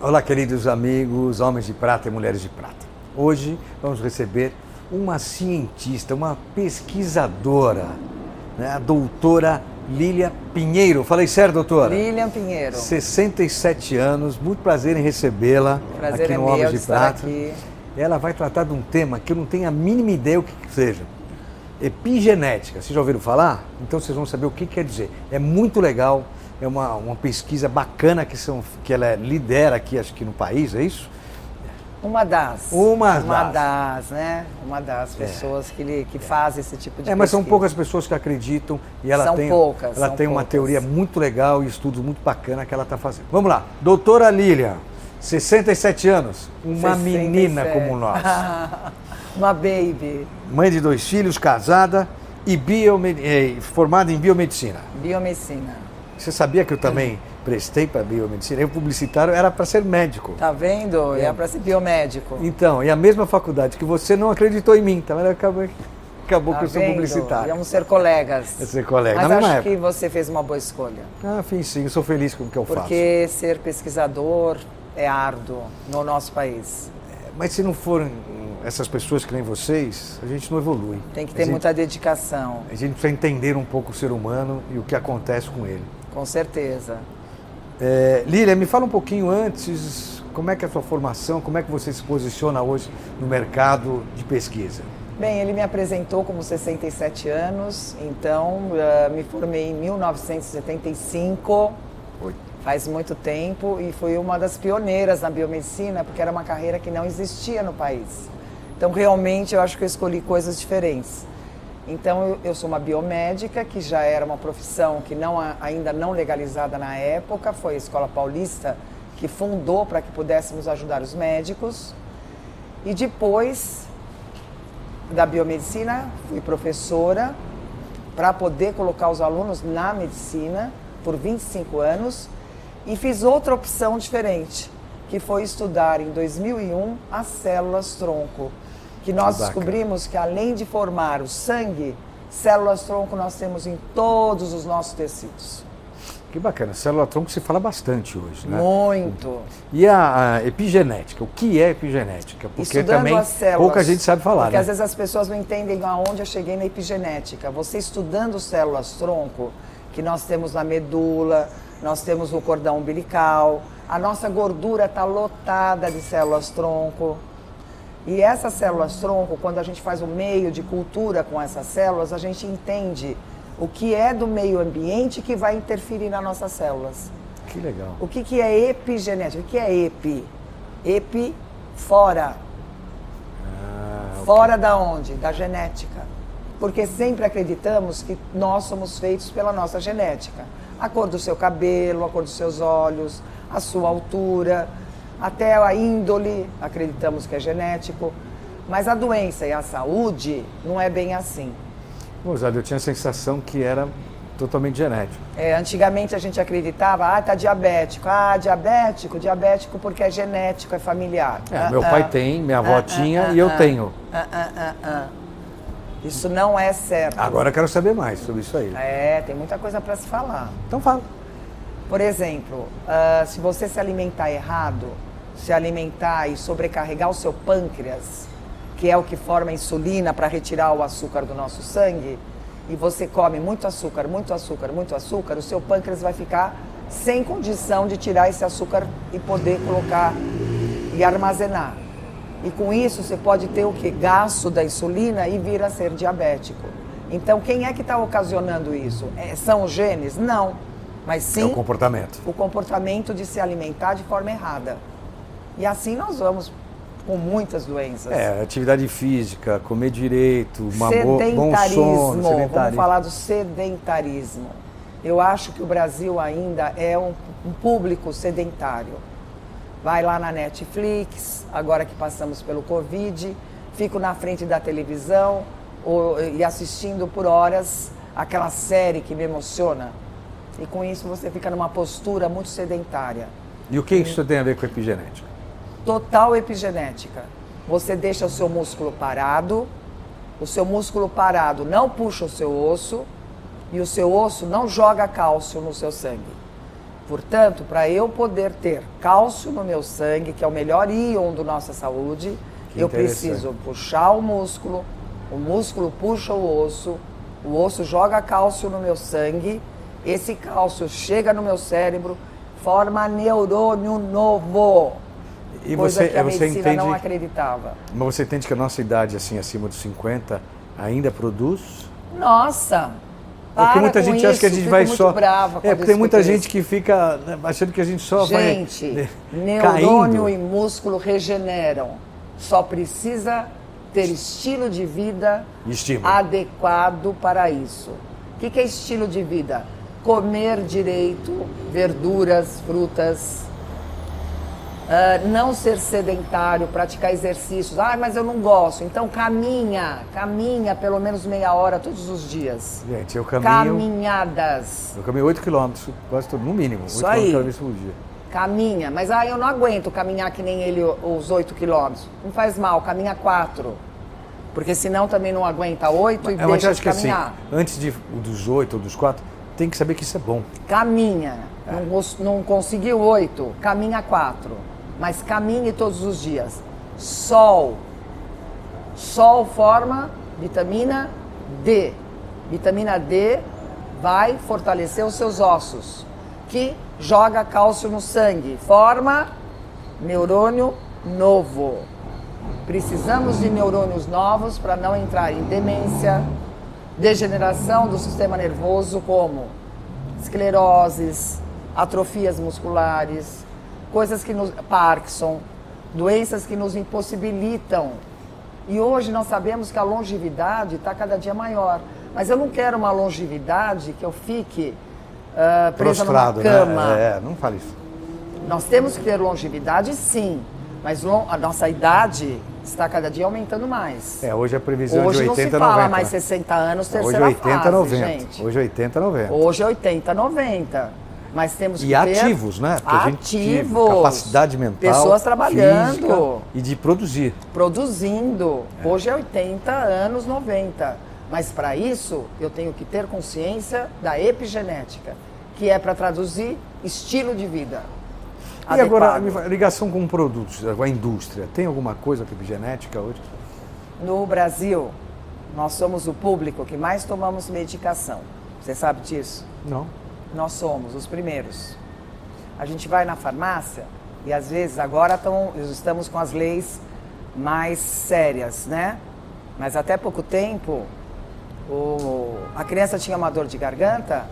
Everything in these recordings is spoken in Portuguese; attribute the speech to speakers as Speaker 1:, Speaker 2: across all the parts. Speaker 1: Olá, queridos amigos, homens de prata e mulheres de prata. Hoje vamos receber uma cientista, uma pesquisadora, né, a doutora Lília Pinheiro. Falei certo, doutora?
Speaker 2: Lilian Pinheiro.
Speaker 1: 67 anos, muito prazer em recebê-la
Speaker 2: Prazer
Speaker 1: aqui
Speaker 2: é
Speaker 1: no
Speaker 2: meu
Speaker 1: Homens de
Speaker 2: estar
Speaker 1: Prata.
Speaker 2: aqui.
Speaker 1: Ela vai tratar de um tema que eu não tenho a mínima ideia o que que seja. Epigenética, vocês já ouviram falar? Então vocês vão saber o que quer dizer. É muito legal, é uma, uma pesquisa bacana que, são, que ela lidera aqui, acho que no país, é isso?
Speaker 2: Uma das.
Speaker 1: Uma das.
Speaker 2: das, né? Uma das pessoas que, lhe- que faz esse tipo de
Speaker 1: É, mas são
Speaker 2: pesquisa.
Speaker 1: poucas pessoas que acreditam e ela
Speaker 2: São
Speaker 1: tem,
Speaker 2: poucas,
Speaker 1: ela
Speaker 2: são
Speaker 1: tem uma
Speaker 2: poucas.
Speaker 1: teoria muito legal e estudos muito bacana que ela está fazendo. Vamos lá, doutora Lília, 67 anos, assim, uma
Speaker 2: 67.
Speaker 1: menina como nós,
Speaker 2: Uma baby.
Speaker 1: mãe de dois filhos, casada e biome- eh, formada em biomedicina.
Speaker 2: Biomedicina.
Speaker 1: Você sabia que eu também prestei para biomedicina? Eu publicitário era para ser médico.
Speaker 2: Tá vendo? É, para ser biomédico.
Speaker 1: Então, e a mesma faculdade que você não acreditou em mim, então ela acabou, acabou
Speaker 2: Tá
Speaker 1: que eu sou
Speaker 2: vendo? um
Speaker 1: publicitário.
Speaker 2: Vamos ser colegas.
Speaker 1: Vamos ser colega,
Speaker 2: Mas
Speaker 1: na mesma
Speaker 2: acho
Speaker 1: época.
Speaker 2: que você fez uma boa escolha.
Speaker 1: Ah, enfim, sim, eu sou feliz com o que eu faço.
Speaker 2: Porque ser pesquisador é árduo no nosso país.
Speaker 1: Mas se não forem essas pessoas que nem vocês, a gente não evolui.
Speaker 2: Tem que
Speaker 1: a
Speaker 2: ter
Speaker 1: gente,
Speaker 2: muita dedicação,
Speaker 1: A gente precisa entender um pouco o ser humano e o que acontece com ele.
Speaker 2: com certeza.
Speaker 1: É, Lília, me fala um pouquinho antes, como é que é a sua formação, como é que você se posiciona hoje no mercado de pesquisa?
Speaker 2: Bem, ele me apresentou como 67 anos, então ah, me formei em 1975,
Speaker 1: Oi.
Speaker 2: faz muito tempo, e fui uma das pioneiras na biomedicina, porque era uma carreira que não existia no país. Então, realmente, eu acho que eu escolhi coisas diferentes. Então, eu, eu sou uma biomédica, que já era uma profissão que não a- ainda não legalizada na época, foi a Escola Paulista que fundou para que pudéssemos ajudar os médicos. E depois da biomedicina, fui professora para poder colocar os alunos na medicina por 25 anos e fiz outra opção diferente, que foi estudar em 2001 as células tronco, que nós
Speaker 1: Que bacana.
Speaker 2: descobrimos que além de formar o sangue, células tronco nós temos em todos os nossos tecidos.
Speaker 1: Que bacana, célula-tronco se fala bastante hoje, né?
Speaker 2: Muito.
Speaker 1: E a, a epigenética, o que é epigenética? Porque
Speaker 2: Estudando
Speaker 1: também
Speaker 2: as células.
Speaker 1: pouca gente sabe falar,
Speaker 2: Porque
Speaker 1: né?
Speaker 2: às vezes as pessoas não entendem aonde eu cheguei na epigenética. Você estudando células tronco, que nós temos na medula, nós temos no cordão umbilical, a nossa gordura está lotada de células tronco. E essas células tronco, quando a gente faz o meio de cultura com essas células, a gente entende o que é do meio ambiente que vai interferir nas nossas células.
Speaker 1: Que legal.
Speaker 2: O que, que é epigenética? O que é epi? Epi, fora. Fora da onde? Da genética. Porque sempre acreditamos que nós somos feitos pela nossa genética. A cor do seu cabelo, a cor dos seus olhos, a sua altura, até a índole, acreditamos que é genético. Mas a doença e a saúde não é bem assim.
Speaker 1: Bom, Zé, eu tinha a sensação que era totalmente genético.
Speaker 2: É, antigamente a gente acreditava, ah, tá diabético. Ah, diabético, diabético porque é genético, é familiar.
Speaker 1: É,
Speaker 2: Ah,
Speaker 1: meu
Speaker 2: ah.
Speaker 1: pai tem, minha avó tinha e eu tenho.
Speaker 2: Ah, ah, ah, ah. Isso não é certo.
Speaker 1: Agora eu quero saber mais sobre isso aí.
Speaker 2: É, tem muita coisa para se falar.
Speaker 1: Então fala.
Speaker 2: Por exemplo, ah, se você se alimentar errado, se alimentar e sobrecarregar o seu pâncreas, que é o que forma a insulina para retirar o açúcar do nosso sangue, e você come muito açúcar, muito açúcar, muito açúcar, o seu pâncreas vai ficar sem condição de tirar esse açúcar e poder colocar e armazenar. E com isso você pode ter o que? Gasto da insulina e vir a ser diabético. Então quem é que está ocasionando isso? É- são os genes? Não. Mas sim
Speaker 1: É o comportamento.
Speaker 2: o comportamento de se alimentar de forma errada. E assim nós vamos com muitas doenças.
Speaker 1: É, atividade física, comer direito, uma bo- bom
Speaker 2: sedentarismo,
Speaker 1: sono,
Speaker 2: vamos
Speaker 1: sedentarismo.
Speaker 2: falar do sedentarismo. Eu acho que o Brasil ainda é um, um público sedentário. Vai lá na Netflix, agora que passamos pelo Covid, fico na frente da televisão ou- e assistindo por horas aquela série que me emociona. E com isso você fica numa postura muito sedentária
Speaker 1: E o que isso tem a ver com epigenética?
Speaker 2: total epigenética. Você deixa o seu músculo parado, o seu músculo parado não puxa o seu osso e o seu osso não joga cálcio no seu sangue. Portanto, para eu poder ter cálcio no meu sangue, que é o melhor íon da nossa saúde,
Speaker 1: Que
Speaker 2: eu
Speaker 1: interessante.
Speaker 2: preciso puxar o músculo, o músculo puxa o osso, o osso joga cálcio no meu sangue, esse cálcio chega no meu cérebro, forma neurônio novo
Speaker 1: E
Speaker 2: coisa
Speaker 1: você,
Speaker 2: que a
Speaker 1: é, você
Speaker 2: medicina
Speaker 1: entende,
Speaker 2: não acreditava.
Speaker 1: mas você entende que a nossa idade assim acima dos 50 ainda produz?
Speaker 2: Nossa!
Speaker 1: é
Speaker 2: para
Speaker 1: que muita
Speaker 2: com
Speaker 1: gente
Speaker 2: isso,
Speaker 1: acha que a gente
Speaker 2: fico
Speaker 1: vai
Speaker 2: muito
Speaker 1: só É,
Speaker 2: Brava quando
Speaker 1: porque tem
Speaker 2: eu
Speaker 1: muita
Speaker 2: escuto
Speaker 1: gente que fica né, achando que a gente só
Speaker 2: isso.
Speaker 1: vai
Speaker 2: Gente,
Speaker 1: né,
Speaker 2: neurônio
Speaker 1: caindo.
Speaker 2: e músculo regeneram. Só precisa ter estilo de vida
Speaker 1: E estímulo.
Speaker 2: adequado para isso. O que, que é estilo de vida? Comer direito, verduras, frutas, Ah, não ser sedentário, praticar exercícios. Ah, mas eu não gosto. Então caminha, caminha pelo menos meia hora todos os dias.
Speaker 1: Gente, eu caminho,
Speaker 2: Caminhadas.
Speaker 1: eu caminho 8 quilômetros, quase todo, no mínimo, 8
Speaker 2: Isso aí.
Speaker 1: quilômetros por dia.
Speaker 2: Caminha, mas ah, eu não aguento caminhar que nem ele o- os 8 quilômetros. Não faz mal, caminha 4. Porque senão também não aguenta 8 e
Speaker 1: É, mas eu
Speaker 2: deixa
Speaker 1: acho
Speaker 2: de
Speaker 1: que assim,
Speaker 2: caminhar.
Speaker 1: antes de, dos 8 ou dos 4, tem que saber que isso é bom.
Speaker 2: Caminha.
Speaker 1: é.
Speaker 2: Não, gos- não conseguiu 8, caminha 4. Mas caminhe todos os dias. Sol. Sol forma vitamina D. Vitamina D vai fortalecer os seus ossos, que joga cálcio no sangue, forma neurônio novo. Precisamos de neurônios novos para não entrar em demência, degeneração do sistema nervoso, como escleroses, atrofias musculares, coisas que nos. Parkinson, doenças que nos impossibilitam e hoje nós sabemos que a longevidade está cada dia maior. Mas eu não quero uma longevidade que eu fique ah, presa
Speaker 1: Prostrado,
Speaker 2: numa cama.
Speaker 1: né? É, não fale isso.
Speaker 2: Nós temos que ter longevidade, sim. Mas lon- a nossa idade está cada dia aumentando mais.
Speaker 1: É, hoje a previsão é
Speaker 2: hoje
Speaker 1: de
Speaker 2: não
Speaker 1: 80
Speaker 2: se fala
Speaker 1: 90.
Speaker 2: mais
Speaker 1: né?
Speaker 2: 60 anos,
Speaker 1: Hoje
Speaker 2: terceira
Speaker 1: 80
Speaker 2: fase,
Speaker 1: 90.
Speaker 2: gente.
Speaker 1: Hoje é 80 90.
Speaker 2: Hoje é 80, 90. Mas temos que
Speaker 1: E ativos,
Speaker 2: ter...
Speaker 1: né? Porque a gente tem
Speaker 2: ativos.
Speaker 1: capacidade mental,
Speaker 2: Pessoas trabalhando.
Speaker 1: física e de produzir.
Speaker 2: produzindo. Hoje é 80 anos 90. Mas para isso eu tenho que ter consciência da epigenética, que é para traduzir estilo de vida.
Speaker 1: E agora,
Speaker 2: adequado.
Speaker 1: me fala, ligação com produtos, com a indústria. Tem alguma coisa com epigenética hoje?
Speaker 2: no Brasil, nós somos o público que mais tomamos medicação. Você sabe disso?
Speaker 1: Não.
Speaker 2: Nós somos os primeiros. A gente vai na farmácia e às vezes agora tão, estamos com as leis mais sérias, né? Mas até pouco tempo, o- a criança tinha uma dor de garganta,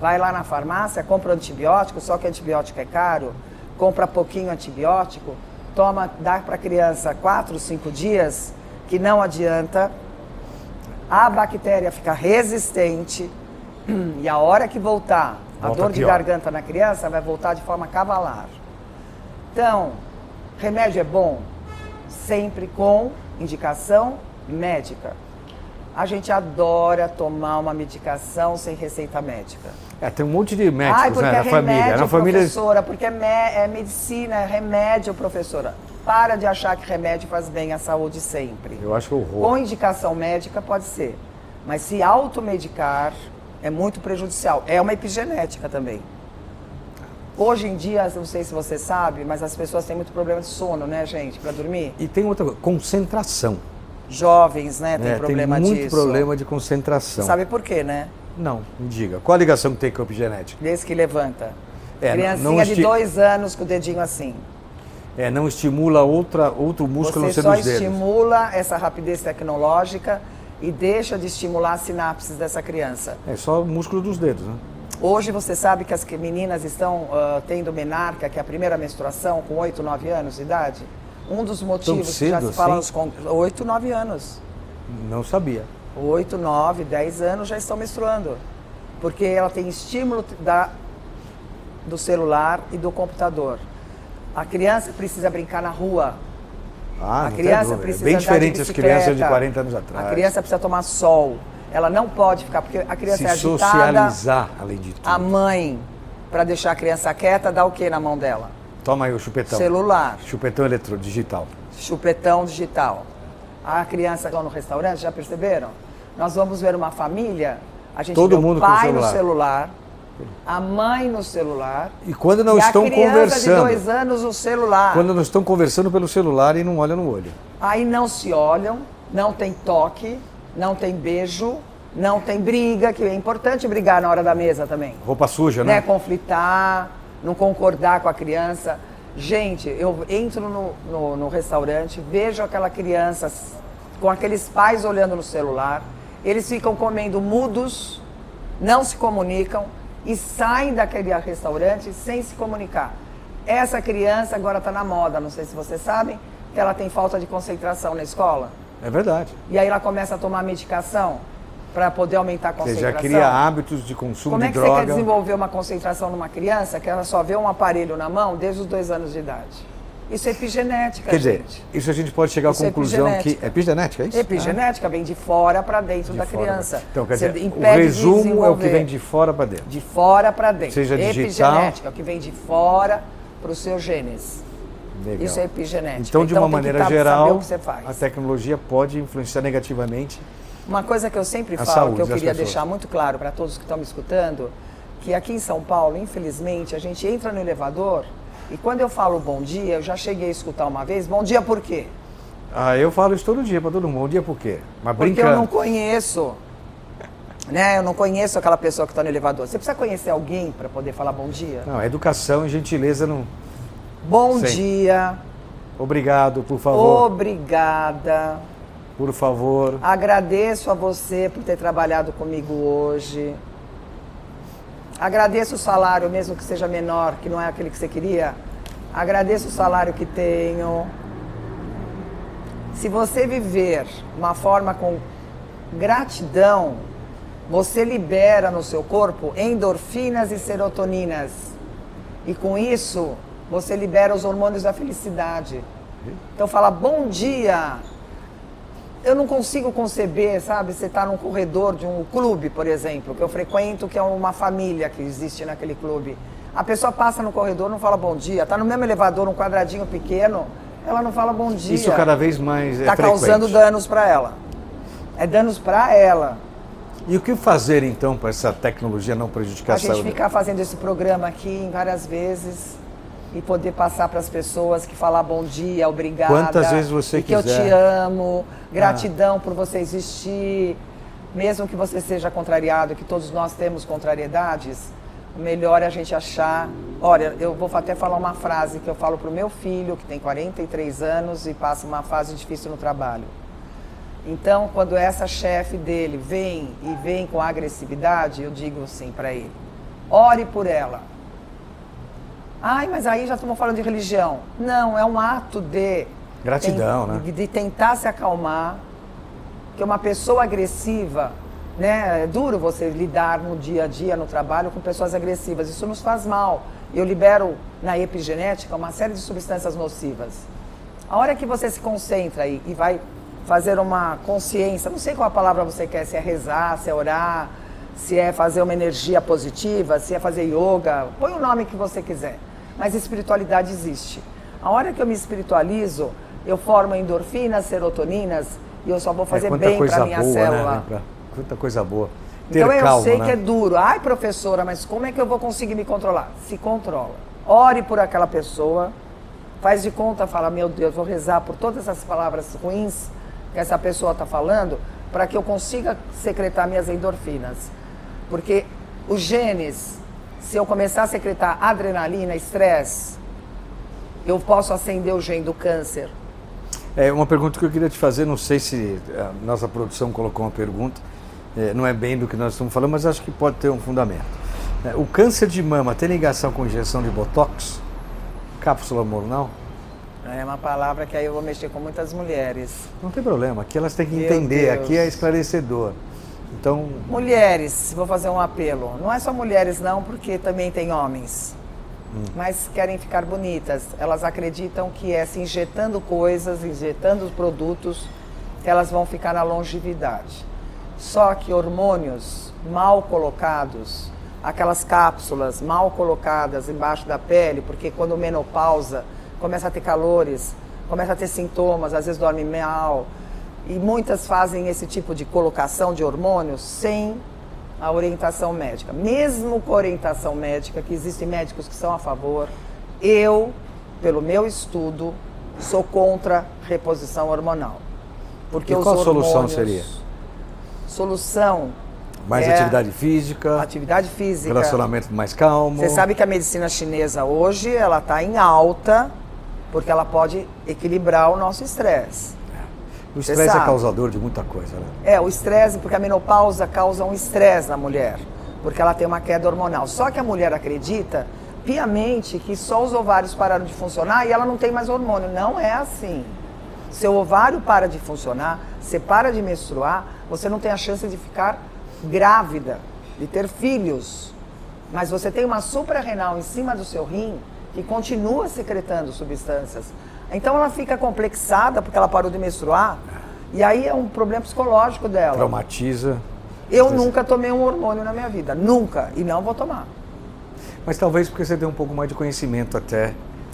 Speaker 2: vai lá na farmácia, compra antibiótico, só que antibiótico é caro, compra pouquinho antibiótico, toma, dá para a criança quatro, cinco dias, que não adianta, a bactéria fica resistente e a hora que voltar a
Speaker 1: Volta
Speaker 2: dor de
Speaker 1: pior.
Speaker 2: garganta na criança vai voltar de forma cavalar. Então, remédio é bom sempre com indicação médica. A gente adora tomar uma medicação sem receita médica.
Speaker 1: É, tem um monte de médicos,
Speaker 2: Ai, porque
Speaker 1: né?
Speaker 2: é
Speaker 1: Na família.
Speaker 2: remédio,
Speaker 1: Na família.
Speaker 2: professora, porque é, me- é medicina, é remédio, professora. Para de achar que remédio faz bem à saúde sempre.
Speaker 1: Eu acho horror.
Speaker 2: Com indicação médica pode ser, mas se automedicar é muito prejudicial. É uma epigenética também. Hoje em dia, não sei se você sabe, mas as pessoas têm muito problema de sono, né, gente, para dormir?
Speaker 1: E tem outra coisa, concentração.
Speaker 2: jovens, né? Tem
Speaker 1: É,
Speaker 2: problema
Speaker 1: tem muito
Speaker 2: disso.
Speaker 1: problema então. de concentração.
Speaker 2: Sabe por quê, né?
Speaker 1: Não, me diga. Qual a ligação que tem com a epigenética?
Speaker 2: Desde que levanta.
Speaker 1: É,
Speaker 2: Criancinha
Speaker 1: não
Speaker 2: de
Speaker 1: esti-
Speaker 2: dois anos com o dedinho assim.
Speaker 1: É, não estimula outra, outro músculo
Speaker 2: Você
Speaker 1: a não ser
Speaker 2: só
Speaker 1: dos dedos.
Speaker 2: estimula essa rapidez tecnológica e deixa de estimular as sinapses dessa criança.
Speaker 1: É só o músculo dos dedos, né?
Speaker 2: Hoje você sabe que as que- meninas estão ah, tendo menarca, que é a primeira menstruação, com 8, 9 anos de idade. Um dos motivos que já
Speaker 1: cedo
Speaker 2: se fala
Speaker 1: assim?
Speaker 2: nos con- 8, 9 anos.
Speaker 1: Não sabia.
Speaker 2: 8, 9, 10 anos já estão menstruando. Porque ela tem estímulo da, do celular e do computador. A criança precisa brincar na rua.
Speaker 1: Ah,
Speaker 2: a
Speaker 1: não tem
Speaker 2: criança
Speaker 1: dúvida. É
Speaker 2: precisa
Speaker 1: bem
Speaker 2: andar
Speaker 1: diferente
Speaker 2: de
Speaker 1: as crianças de
Speaker 2: bicicleta.
Speaker 1: 40 anos atrás.
Speaker 2: A criança precisa tomar sol. Ela não pode ficar, porque a criança
Speaker 1: se
Speaker 2: é agitada.
Speaker 1: socializar, além de tudo.
Speaker 2: A mãe, para deixar a criança quieta, dá o que na mão dela?
Speaker 1: Toma aí o chupetão.
Speaker 2: Celular,
Speaker 1: Chupetão eletrodigital.
Speaker 2: chupetão digital. A criança lá no restaurante, já perceberam? Nós vamos ver uma família, a gente
Speaker 1: Todo
Speaker 2: vê
Speaker 1: mundo
Speaker 2: o
Speaker 1: com
Speaker 2: pai
Speaker 1: celular.
Speaker 2: no celular, a mãe no celular,
Speaker 1: E quando não
Speaker 2: e
Speaker 1: estão
Speaker 2: a criança
Speaker 1: conversando.
Speaker 2: de dois anos no celular.
Speaker 1: Quando não estão conversando pelo celular e não olham no olho.
Speaker 2: Aí não se olham, não tem toque, não tem beijo, não tem briga, que é importante brigar na hora da mesa também.
Speaker 1: Roupa suja,
Speaker 2: né,
Speaker 1: né?
Speaker 2: conflitar, não concordar com a criança. Gente, eu entro no, no- no restaurante, vejo aquela criança s- com aqueles pais olhando no celular, eles ficam comendo mudos, não se comunicam e saem daquele restaurante sem se comunicar. Essa criança agora está na moda, não sei se vocês sabem, que ela tem falta de concentração na escola.
Speaker 1: É verdade.
Speaker 2: E aí ela começa a tomar medicação para poder aumentar a
Speaker 1: Você
Speaker 2: concentração.
Speaker 1: já cria hábitos de consumo
Speaker 2: Como
Speaker 1: de
Speaker 2: é que você quer
Speaker 1: droga.
Speaker 2: desenvolver uma concentração numa criança que ela só vê um aparelho na mão desde os dois anos de idade? Isso é epigenética,
Speaker 1: Quer dizer,
Speaker 2: gente.
Speaker 1: isso a gente pode chegar à
Speaker 2: Isso é
Speaker 1: conclusão que. É epigenética, é isso?
Speaker 2: Epigenética vem de fora para dentro
Speaker 1: Ah, de
Speaker 2: da
Speaker 1: fora.
Speaker 2: criança.
Speaker 1: Então, quer
Speaker 2: Você
Speaker 1: dizer, o
Speaker 2: impede de
Speaker 1: resumo é o que
Speaker 2: desenvolver.
Speaker 1: vem de fora para dentro.
Speaker 2: De fora para dentro.
Speaker 1: Seja digital-
Speaker 2: Epigenética, é o que vem de fora para o seu genes.
Speaker 1: Legal.
Speaker 2: Isso é epigenética.
Speaker 1: Então, de uma
Speaker 2: tem que tá-
Speaker 1: maneira
Speaker 2: saber o
Speaker 1: geral,
Speaker 2: que você faz.
Speaker 1: a tecnologia pode influenciar negativamente.
Speaker 2: Uma coisa que eu sempre
Speaker 1: A
Speaker 2: falo,
Speaker 1: saúde
Speaker 2: que eu
Speaker 1: das
Speaker 2: queria
Speaker 1: pessoas.
Speaker 2: deixar muito claro para todos que estão me escutando, que aqui em São Paulo, infelizmente, a gente entra no elevador e quando eu falo bom dia, eu já cheguei a escutar uma vez, bom dia por quê?
Speaker 1: Ah, eu falo isso todo dia para todo mundo. Um dia por quê? Mas
Speaker 2: Porque
Speaker 1: brincando.
Speaker 2: eu não conheço. Né? Eu não conheço aquela pessoa que está no elevador. Você precisa conhecer alguém para poder falar bom dia.
Speaker 1: Não, é educação e gentileza não.
Speaker 2: Bom
Speaker 1: Sim.
Speaker 2: dia,
Speaker 1: Obrigado, por favor.
Speaker 2: obrigada.
Speaker 1: Por favor.
Speaker 2: Agradeço a você por ter trabalhado comigo hoje. Agradeço o salário, mesmo que seja menor, que não é aquele que você queria. Agradeço o salário que tenho. Se você viver uma forma com gratidão, você libera no seu corpo endorfinas e serotoninas. E com isso, você libera os hormônios da felicidade. Então fala bom dia, eu não consigo conceber, sabe, você está num corredor de um clube, por exemplo, que eu frequento, que é uma família que existe naquele clube. A pessoa passa no corredor, não fala bom dia, está no mesmo elevador, um quadradinho pequeno, ela não fala bom dia.
Speaker 1: Isso cada vez mais é
Speaker 2: Está
Speaker 1: frequente.
Speaker 2: causando danos para ela. É danos para ela.
Speaker 1: E o que fazer então para essa tecnologia não prejudicar
Speaker 2: A
Speaker 1: a,
Speaker 2: gente
Speaker 1: saúde?
Speaker 2: ficar fazendo esse programa aqui em várias vezes e poder passar para as pessoas que falar bom dia, obrigada.
Speaker 1: Quantas vezes você
Speaker 2: e que eu
Speaker 1: quiser.
Speaker 2: te amo, gratidão por você existir. Mesmo que você seja contrariado, que todos nós temos contrariedades, o melhor é a gente achar. Olha, eu vou até falar uma frase que eu falo para o meu filho, que tem 43 anos e passa uma fase difícil no trabalho. Então, quando essa chefe dele vem e vem com agressividade, eu digo assim para ele: ore por ela. Ai, mas aí já estamos falando de religião. Não, é um ato de.
Speaker 1: Gratidão,
Speaker 2: ten-
Speaker 1: né?
Speaker 2: De, de tentar se acalmar. Porque uma pessoa agressiva, né? É duro você lidar no dia a dia, no trabalho, com pessoas agressivas. Isso nos faz mal. Eu libero na epigenética uma série de substâncias nocivas. A hora que você se concentra e, e vai fazer uma consciência, não sei qual a palavra você quer, se é rezar, se é orar, se é fazer uma energia positiva, se é fazer yoga, põe o nome que você quiser. Mas espiritualidade existe. A hora que eu me espiritualizo, eu formo endorfinas, serotoninas e eu só vou fazer
Speaker 1: é, quanta
Speaker 2: bem
Speaker 1: coisa
Speaker 2: para minha
Speaker 1: boa,
Speaker 2: célula.
Speaker 1: Né? Pra- Quanta coisa boa. Ter
Speaker 2: Então eu
Speaker 1: calma,
Speaker 2: sei
Speaker 1: né?
Speaker 2: que é duro. Ai, professora, mas como é que eu vou conseguir me controlar? Se controla. Ore por aquela pessoa. Faz de conta, fala, meu Deus, vou rezar por todas essas palavras ruins que essa pessoa está falando para que eu consiga secretar minhas endorfinas. Porque os genes, se eu começar a secretar adrenalina, estresse, eu posso acender o gene do câncer.
Speaker 1: É uma pergunta que eu queria te fazer, não sei se eh, a nossa produção colocou uma pergunta, é, não é bem do que nós estamos falando, mas acho que pode ter um fundamento. É, o câncer de mama tem ligação com injeção de botox? Cápsula hormonal?
Speaker 2: É uma palavra que aí eu vou mexer com muitas mulheres.
Speaker 1: Não tem problema, aqui elas têm que
Speaker 2: Meu
Speaker 1: entender,
Speaker 2: Deus.
Speaker 1: aqui é esclarecedor. Então,
Speaker 2: Mulheres, vou fazer um apelo. Não é só mulheres, não, porque também tem homens. Mas querem ficar bonitas. Elas acreditam que é se injetando coisas, injetando os produtos, que elas vão ficar na longevidade. Só que hormônios mal colocados, aquelas cápsulas mal colocadas embaixo da pele, porque quando menopausa começa a ter calores, começa a ter sintomas, às vezes dorme mal, e muitas fazem esse tipo de colocação de hormônios sem a orientação médica. Mesmo com orientação médica, que existem médicos que são a favor, eu, pelo meu estudo, sou contra reposição hormonal. Porque
Speaker 1: E
Speaker 2: os
Speaker 1: qual a solução
Speaker 2: hormônios-
Speaker 1: seria?
Speaker 2: Solução.
Speaker 1: mais
Speaker 2: é
Speaker 1: atividade física,
Speaker 2: Atividade física.
Speaker 1: relacionamento mais calmo.
Speaker 2: Você sabe que a medicina chinesa hoje ela está em alta porque ela pode equilibrar o nosso estresse.
Speaker 1: o
Speaker 2: você
Speaker 1: estresse é
Speaker 2: sabe.
Speaker 1: causador de muita coisa, né?
Speaker 2: É, o estresse, porque a menopausa causa um estresse na mulher, porque ela tem uma queda hormonal. Só que a mulher acredita piamente que só os ovários pararam de funcionar e ela não tem mais hormônio. Não é assim. Seu ovário para de funcionar, você para de menstruar, você não tem a chance de ficar grávida, de ter filhos. Mas você tem uma suprarrenal em cima do seu rim que continua secretando substâncias. Então ela fica complexada porque ela parou de menstruar. E aí é um problema psicológico dela.
Speaker 1: Traumatiza.
Speaker 2: Eu nunca tomei um hormônio na minha vida. Nunca. E não vou tomar.
Speaker 1: Mas talvez porque você tem um pouco mais de conhecimento até.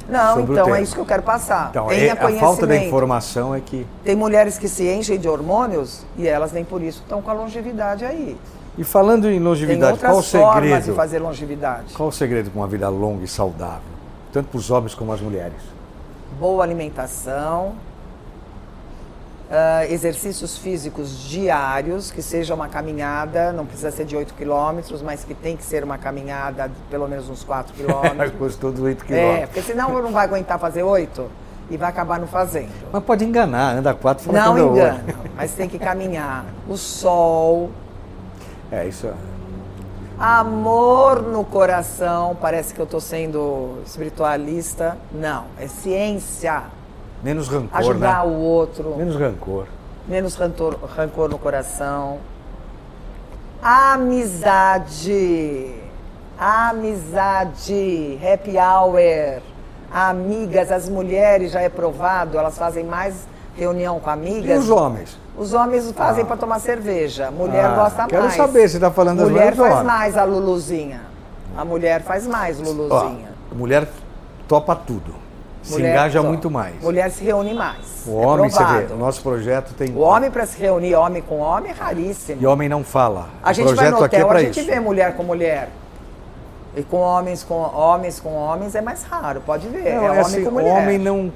Speaker 2: Não,
Speaker 1: sobre o
Speaker 2: então
Speaker 1: tema.
Speaker 2: é isso que eu quero passar.
Speaker 1: Então, é,
Speaker 2: Tenha
Speaker 1: a falta da
Speaker 2: conhecimento.
Speaker 1: informação é que.
Speaker 2: Tem mulheres que se enchem de hormônios e elas nem por isso estão com a longevidade aí.
Speaker 1: E falando em
Speaker 2: Tem
Speaker 1: longevidade, qual o
Speaker 2: outras formas de
Speaker 1: segredo?
Speaker 2: fazer longevidade.
Speaker 1: Qual o segredo para uma vida longa e saudável? Tanto para os homens como as mulheres.
Speaker 2: boa alimentação, ah, exercícios físicos diários, que seja uma caminhada, não precisa ser de 8 quilômetros, mas que tem que ser uma caminhada de pelo menos uns 4 quilômetros.
Speaker 1: Gostou do 8
Speaker 2: é,
Speaker 1: quilômetros.
Speaker 2: porque senão não vai aguentar fazer 8 e vai acabar não fazendo.
Speaker 1: Mas pode enganar, anda 4, fala
Speaker 2: Não
Speaker 1: que anda
Speaker 2: engana,
Speaker 1: oito.
Speaker 2: mas tem que caminhar. O sol,
Speaker 1: É, isso é.
Speaker 2: Amor no coração, parece que eu estou sendo espiritualista. Não, é ciência.
Speaker 1: Menos rancor,
Speaker 2: Ajudar
Speaker 1: né?
Speaker 2: o outro.
Speaker 1: Menos rancor.
Speaker 2: menos rancor, rancor no coração. Amizade. Amizade. Happy hour. Amigas, as mulheres já é provado, elas fazem mais reunião com
Speaker 1: E
Speaker 2: amigas.
Speaker 1: os homens?
Speaker 2: Os homens fazem pra para tomar cerveja. Mulher
Speaker 1: Ah,
Speaker 2: gosta
Speaker 1: quero
Speaker 2: mais.
Speaker 1: saber se tá falando das
Speaker 2: Mulher
Speaker 1: mulheres ou
Speaker 2: faz
Speaker 1: homens.
Speaker 2: mais a Luluzinha. A mulher faz mais Luluzinha.
Speaker 1: Ó, mulher topa tudo. se
Speaker 2: Mulher-
Speaker 1: engaja
Speaker 2: ó,
Speaker 1: muito mais.
Speaker 2: Mulher se reúne mais.
Speaker 1: o
Speaker 2: é
Speaker 1: homem, você vê,
Speaker 2: provado.
Speaker 1: o nosso projeto tem.
Speaker 2: O homem para se reunir homem com homem é raríssimo.
Speaker 1: E homem não fala.
Speaker 2: A
Speaker 1: o
Speaker 2: gente vai
Speaker 1: projeto
Speaker 2: no
Speaker 1: aqui é
Speaker 2: hotel,
Speaker 1: pra
Speaker 2: a gente
Speaker 1: isso.
Speaker 2: vê mulher com mulher. E com homens com homens com homens é mais raro, pode ver. é
Speaker 1: Não,
Speaker 2: homem
Speaker 1: assim,
Speaker 2: com
Speaker 1: o
Speaker 2: mulher.
Speaker 1: homem não.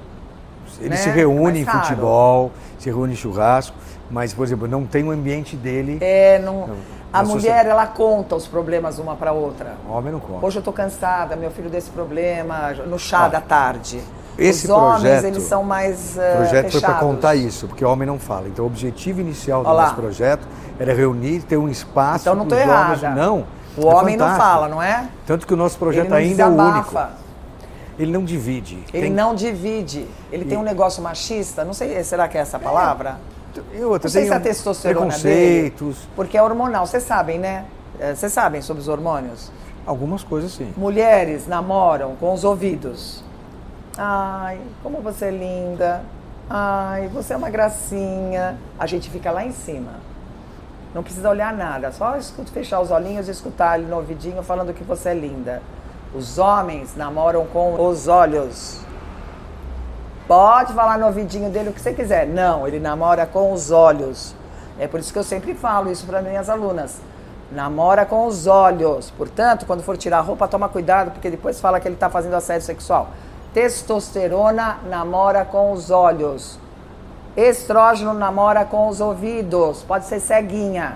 Speaker 1: Ele
Speaker 2: Né?
Speaker 1: se reúne
Speaker 2: É
Speaker 1: em
Speaker 2: mais raro.
Speaker 1: futebol, se reúne em churrasco, mas, por exemplo, não tem o ambiente dele.
Speaker 2: É, não-
Speaker 1: Não, assim.
Speaker 2: a
Speaker 1: na
Speaker 2: mulher
Speaker 1: sociedade.
Speaker 2: ela conta os problemas uma para outra.
Speaker 1: O homem não come.
Speaker 2: Hoje eu tô cansada, meu filho desse problema, no chá da tarde.
Speaker 1: esse
Speaker 2: Os homens,
Speaker 1: projeto-
Speaker 2: eles são mais eh,
Speaker 1: o projeto foi para
Speaker 2: fechados.
Speaker 1: contar isso, porque o homem não fala. Então, o objetivo inicial do
Speaker 2: Olha lá.
Speaker 1: nosso projeto era reunir, ter um espaço.
Speaker 2: Então não tô
Speaker 1: os
Speaker 2: errada.
Speaker 1: Homens, não.
Speaker 2: O
Speaker 1: é
Speaker 2: homem não
Speaker 1: fantástico.
Speaker 2: fala, não é?
Speaker 1: Tanto que o nosso projeto
Speaker 2: ele não
Speaker 1: ainda é o único.
Speaker 2: desabafa.
Speaker 1: Ele não divide.
Speaker 2: Ele
Speaker 1: Tem-
Speaker 2: não divide. Ele tem um negócio machista, não sei, será que é essa a palavra?
Speaker 1: E outra,
Speaker 2: Não sei
Speaker 1: tem
Speaker 2: se é a
Speaker 1: um-
Speaker 2: testosterona dele,
Speaker 1: Preconceitos.
Speaker 2: porque é hormonal, vocês sabem, né? Eh, Vocês sabem sobre os hormônios?
Speaker 1: Algumas coisas sim.
Speaker 2: Mulheres namoram com os ouvidos. Ai, como você é linda. Ai, você é uma gracinha. A gente fica lá em cima. Não precisa olhar nada, só escuta, fechar os olhinhos e escutar ali no ouvidinho falando que você é linda. Os homens namoram com os olhos. Pode falar no ouvidinho dele o que você quiser. Não, ele namora com os olhos. É por isso que eu sempre falo isso para minhas alunas. Namora com os olhos. Portanto, quando for tirar a roupa, toma cuidado, porque depois fala que ele tá está fazendo assédio sexual. Testosterona namora com os olhos. Estrógeno namora com os ouvidos. Pode ser ceguinha.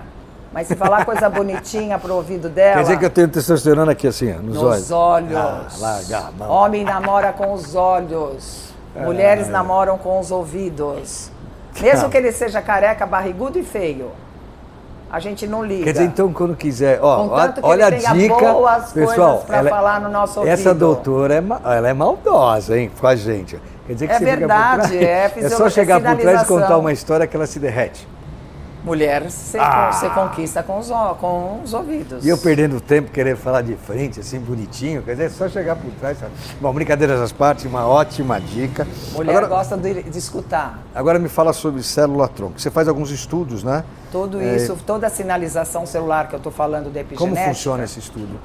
Speaker 2: Mas se falar coisa bonitinha pro ouvido dela.
Speaker 1: Quer dizer que eu tenho testosterona aqui assim, ó, nos, olhos.
Speaker 2: Nos olhos.
Speaker 1: Ah, larga a mão. É.
Speaker 2: Homem namora com os olhos. Mulheres namoram com os ouvidos. Mesmo que ele seja careca, barrigudo e feio. A gente não liga.
Speaker 1: Quer dizer, então, quando quiser, ó,
Speaker 2: Contanto que
Speaker 1: olha
Speaker 2: ele tenha
Speaker 1: a dica,
Speaker 2: boas coisas
Speaker 1: pessoal. é
Speaker 2: pra falar no nosso
Speaker 1: Essa
Speaker 2: ouvido.
Speaker 1: doutora é, ma- ela é maldosa, hein, com a gente. Quer dizer que
Speaker 2: É
Speaker 1: você fica por
Speaker 2: verdade,
Speaker 1: trás-
Speaker 2: é
Speaker 1: É
Speaker 2: fisio-
Speaker 1: só
Speaker 2: é
Speaker 1: chegar por trás e
Speaker 2: sinalização.
Speaker 1: contar uma história que ela se derrete.
Speaker 2: Mulher se, se conquista com os, ó- com os ouvidos.
Speaker 1: Ah. E eu perdendo tempo querer falar de frente, assim, bonitinho. Quer dizer, é só chegar por trás. Sabe? Bom, brincadeiras às partes, uma ótima dica.
Speaker 2: Mulher
Speaker 1: Agora-
Speaker 2: gosta de, de escutar.
Speaker 1: Agora me fala sobre célula-tronco. Você faz alguns estudos, né?
Speaker 2: Tudo
Speaker 1: É,
Speaker 2: isso, toda a sinalização celular que eu estou falando de
Speaker 1: Como
Speaker 2: epigenética.
Speaker 1: funciona esse estudo?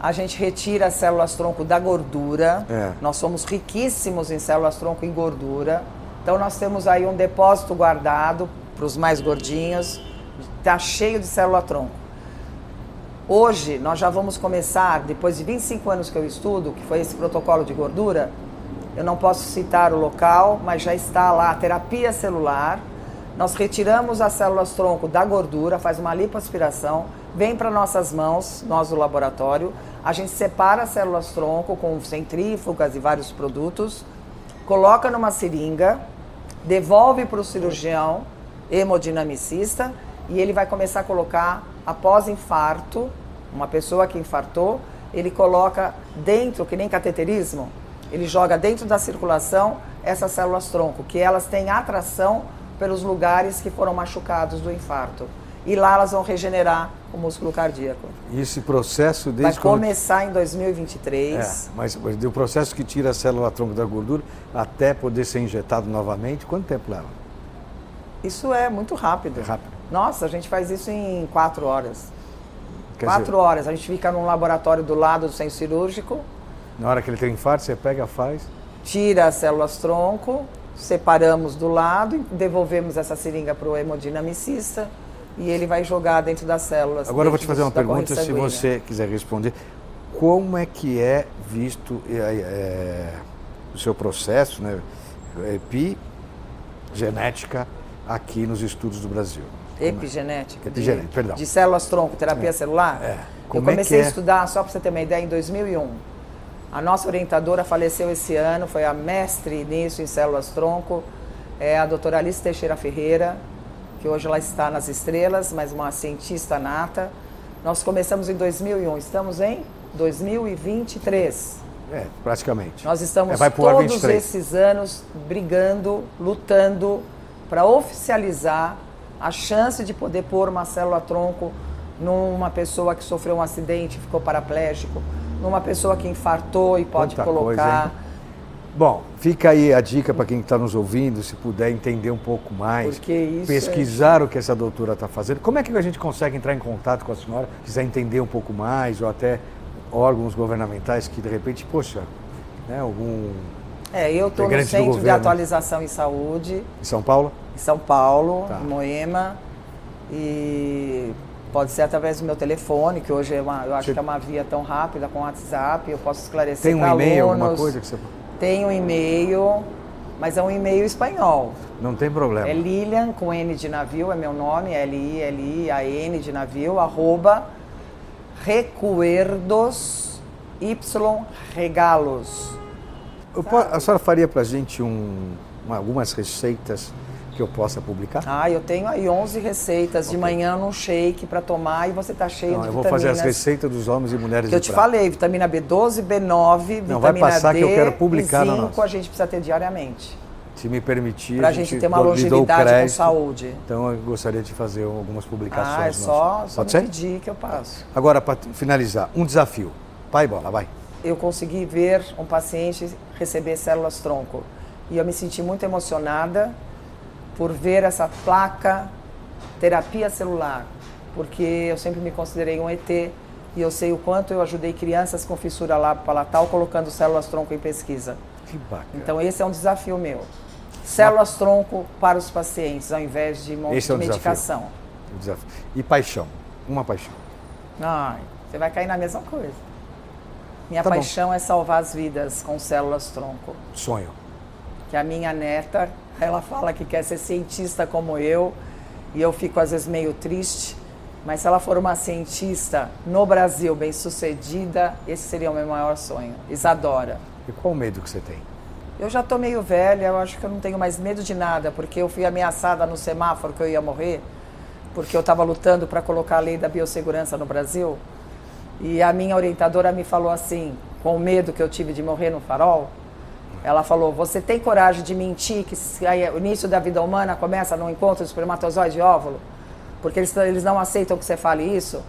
Speaker 2: A gente retira as células-tronco da gordura.
Speaker 1: É.
Speaker 2: Nós somos riquíssimos em células-tronco e gordura. Então nós temos aí um depósito guardado para os mais gordinhos. Está cheio de célula-tronco. Hoje nós já vamos começar, depois de 25 anos que eu estudo, que foi esse protocolo de gordura, eu não posso citar o local, mas já está lá a terapia celular. Nós retiramos as células tronco da gordura, faz uma lipoaspiração, vem para nossas mãos, nós do laboratório, a gente separa as células tronco com centrífugas e vários produtos, coloca numa seringa, devolve para o cirurgião hemodinamicista e ele vai começar a colocar após infarto, uma pessoa que infartou, ele coloca dentro, que nem cateterismo, ele joga dentro da circulação essas células tronco, que elas têm atração pelos lugares que foram machucados do infarto. E lá elas vão regenerar o músculo cardíaco.
Speaker 1: E esse processo
Speaker 2: Vai
Speaker 1: desde quando...
Speaker 2: começar em 2023.
Speaker 1: É, mas, mas do processo que tira a célula-tronco da gordura até poder ser injetado novamente, quanto tempo leva?
Speaker 2: Isso é muito rápido.
Speaker 1: É rápido.
Speaker 2: Nossa, a gente faz isso em quatro horas.
Speaker 1: Quer
Speaker 2: quatro
Speaker 1: dizer,
Speaker 2: horas. A gente fica num laboratório do lado do centro cirúrgico,
Speaker 1: Na hora que ele tem um infarto, você pega, faz.
Speaker 2: tira as células tronco, separamos do lado, e devolvemos essa seringa para o hemodinamicista e ele vai jogar dentro das células.
Speaker 1: Agora eu vou te
Speaker 2: dentro
Speaker 1: fazer uma
Speaker 2: da corrente
Speaker 1: pergunta, se
Speaker 2: sanguínea.
Speaker 1: você quiser responder. Como é que é visto é, é, o seu processo, né, epigenética, aqui nos estudos do Brasil?
Speaker 2: Epigenética.
Speaker 1: é? Epigenética,
Speaker 2: de,
Speaker 1: perdão.
Speaker 2: de células tronco, terapia celular?
Speaker 1: é.
Speaker 2: Eu
Speaker 1: Como é
Speaker 2: comecei
Speaker 1: que
Speaker 2: a
Speaker 1: é?
Speaker 2: estudar, só para você ter uma ideia, em 2001. A nossa orientadora faleceu esse ano, foi a mestre nisso em células tronco, é a doutora Alice Teixeira Ferreira, que hoje ela está nas estrelas, mas uma cientista nata. Nós começamos em 2001, estamos em 2023.
Speaker 1: É, praticamente.
Speaker 2: Nós estamos
Speaker 1: É, vai pro ar
Speaker 2: todos
Speaker 1: 23.
Speaker 2: esses anos brigando, lutando para oficializar a chance de poder pôr uma célula tronco numa pessoa que sofreu um acidente, e ficou paraplégico, numa pessoa que infartou e pode
Speaker 1: Quanta
Speaker 2: colocar.
Speaker 1: coisa, Bom, fica aí a dica para quem está nos ouvindo, se puder entender um pouco mais,
Speaker 2: Porque isso é.
Speaker 1: pesquisar o que essa doutora está fazendo. Como é que a gente consegue entrar em contato com a senhora, quiser entender um pouco mais, ou até órgãos governamentais que de repente, poxa, né, algum
Speaker 2: é, eu estou no
Speaker 1: Integrante do
Speaker 2: Centro de
Speaker 1: governo.
Speaker 2: Atualização em Saúde,
Speaker 1: em São Paulo?
Speaker 2: em São Paulo,
Speaker 1: Tá.
Speaker 2: em Moema, e pode ser através do meu telefone, que hoje é uma, eu acho
Speaker 1: Você-
Speaker 2: que é uma via tão rápida com o WhatsApp, eu posso esclarecer
Speaker 1: Tem um
Speaker 2: pra
Speaker 1: e-mail, alguma
Speaker 2: alunos.
Speaker 1: coisa que você.
Speaker 2: Tem um e-mail, mas é um e-mail espanhol.
Speaker 1: Não tem problema.
Speaker 2: É Lilian com N de navio, é meu nome, L-I-L-I-A-N de navio, arroba recuerdos y regalos.
Speaker 1: Eu po- a senhora faria para a gente um- uma- algumas receitas que eu possa publicar?
Speaker 2: Ah, eu tenho aí 11 receitas de manhã num shake para tomar e você tá cheio
Speaker 1: Não,
Speaker 2: de
Speaker 1: eu vou fazer as
Speaker 2: vitaminas.
Speaker 1: receitas dos homens e mulheres
Speaker 2: né? Que eu
Speaker 1: de
Speaker 2: te
Speaker 1: prata.
Speaker 2: falei, vitamina B12, B9,
Speaker 1: Não,
Speaker 2: vitamina
Speaker 1: vai passar
Speaker 2: D,
Speaker 1: que eu quero publicar
Speaker 2: e
Speaker 1: na
Speaker 2: zinco
Speaker 1: nossa.
Speaker 2: a gente precisa ter diariamente.
Speaker 1: Se me permitir,
Speaker 2: Pra gente ter uma
Speaker 1: dou- lhe dou o
Speaker 2: longevidade com
Speaker 1: crédito.
Speaker 2: saúde.
Speaker 1: Então eu gostaria de fazer algumas publicações.
Speaker 2: Ah, é só,
Speaker 1: nossas.
Speaker 2: só
Speaker 1: Pode
Speaker 2: me
Speaker 1: ser?
Speaker 2: pedir que eu passo.
Speaker 1: Agora, para finalizar, um desafio. Pai bola, vai.
Speaker 2: eu consegui ver um paciente receber células tronco. E eu me senti muito emocionada por ver essa placa terapia celular, porque eu sempre me considerei um ET e eu sei o quanto eu ajudei crianças com fissura lábio palatal colocando células tronco em pesquisa.
Speaker 1: Que bacana.
Speaker 2: Então esse é um desafio meu. Células tronco para os pacientes, ao invés de um monte
Speaker 1: Esse é
Speaker 2: de
Speaker 1: um desafio.
Speaker 2: medicação.
Speaker 1: Um desafio. E paixão. Uma paixão.
Speaker 2: Ai, você vai cair na mesma coisa. Minha
Speaker 1: Tá bom.
Speaker 2: paixão é salvar as vidas com células tronco.
Speaker 1: Sonho.
Speaker 2: que a minha neta Ela fala que quer ser cientista como eu, e eu fico às vezes meio triste. Mas se ela for uma cientista no Brasil bem sucedida, esse seria o meu maior sonho. Isadora.
Speaker 1: E qual o medo que você tem?
Speaker 2: Eu já tô meio velha, eu acho que eu não tenho mais medo de nada, porque eu fui ameaçada no semáforo que eu ia morrer, porque eu estava lutando para colocar a lei da biossegurança no Brasil. E a minha orientadora me falou assim, com o medo que eu tive de morrer no farol, ela falou: Você tem coragem de mentir que se- aí, o início da vida humana começa no encontro de espermatozoide e óvulo? Porque eles, eles não aceitam que você fale isso?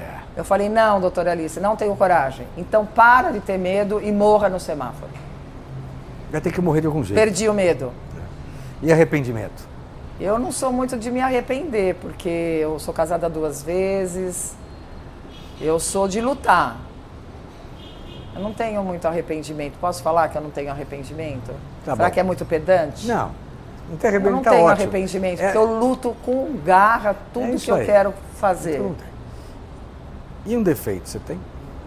Speaker 1: É.
Speaker 2: Eu falei: Não, doutora Alice, não tenho coragem. Então para de ter medo e morra no semáforo.
Speaker 1: Vai ter que morrer de algum jeito. É.
Speaker 2: Perdi o medo.
Speaker 1: E arrependimento?
Speaker 2: Eu não sou muito de me arrepender, porque eu sou casada duas vezes. Eu sou de lutar. Eu não tenho muito arrependimento. Posso falar que eu não tenho arrependimento?
Speaker 1: Tá
Speaker 2: Será
Speaker 1: bom.
Speaker 2: que é muito pedante?
Speaker 1: Não. Não tem
Speaker 2: Eu
Speaker 1: arrependimento,
Speaker 2: não
Speaker 1: tá
Speaker 2: tenho
Speaker 1: ótimo.
Speaker 2: arrependimento,
Speaker 1: É,
Speaker 2: porque eu luto com garra
Speaker 1: É
Speaker 2: tudo
Speaker 1: isso
Speaker 2: que eu
Speaker 1: aí.
Speaker 2: quero fazer.
Speaker 1: não tem. E um defeito você tem?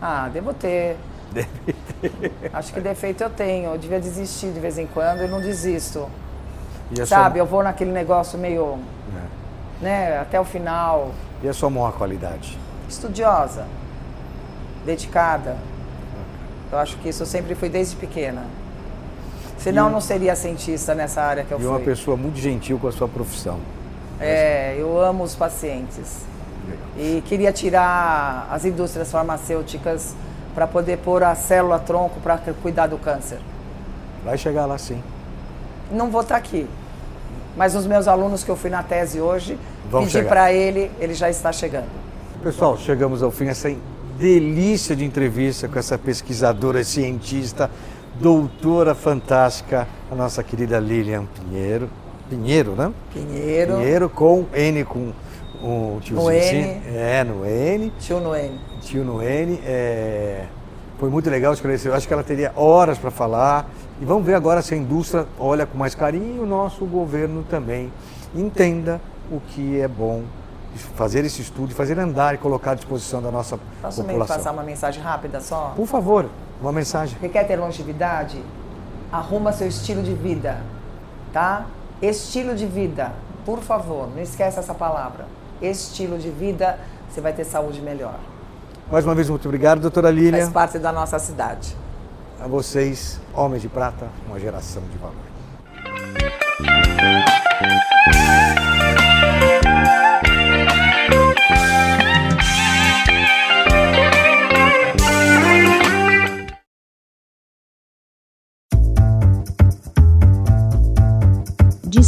Speaker 2: Ah, devo ter. Acho que defeito eu tenho. Eu devia desistir de vez em quando e não desisto.
Speaker 1: E a
Speaker 2: Sabe,
Speaker 1: Sua, É.
Speaker 2: eu vou naquele negócio meio. né, até o final.
Speaker 1: e a sua maior qualidade?
Speaker 2: Estudiosa, dedicada. Eu acho que isso eu sempre fui desde pequena. Senão, não seria cientista nessa área que eu
Speaker 1: e
Speaker 2: fui.
Speaker 1: uma pessoa muito gentil com a sua profissão.
Speaker 2: É, eu amo os pacientes. E queria tirar as indústrias farmacêuticas para poder pôr a célula tronco para cuidar do câncer.
Speaker 1: Vai chegar lá sim.
Speaker 2: Não vou estar aqui. Mas os meus alunos que eu fui na tese hoje,
Speaker 1: Vão
Speaker 2: pedi
Speaker 1: chegar.
Speaker 2: para ele, ele já está chegando.
Speaker 1: Pessoal, chegamos ao fim dessa delícia de entrevista com essa pesquisadora, cientista, doutora fantástica, a nossa querida Lilian Pinheiro. Pinheiro, né?
Speaker 2: Pinheiro,
Speaker 1: Pinheiro com N com o tiozinho.
Speaker 2: No N.
Speaker 1: sim. É, no N.
Speaker 2: tio Noemi.
Speaker 1: Tio no N. É... Foi muito legal te conhecer. Eu acho que ela teria horas para falar. E vamos ver agora se a indústria olha com mais carinho e o nosso governo também entenda o que é bom fazer esse estudo, fazer andar e colocar à disposição da nossa
Speaker 2: Posso me
Speaker 1: população.
Speaker 2: passar uma mensagem rápida só?
Speaker 1: Por favor, uma mensagem.
Speaker 2: Porque quer ter longevidade? Arruma seu estilo de vida, tá? Estilo de vida, por favor, não esquece essa palavra. Estilo de vida, você vai ter saúde melhor.
Speaker 1: Mais uma vez, muito obrigado, doutora Lília.
Speaker 2: Faz parte da nossa cidade.
Speaker 1: A vocês, homens de prata, uma geração de valor.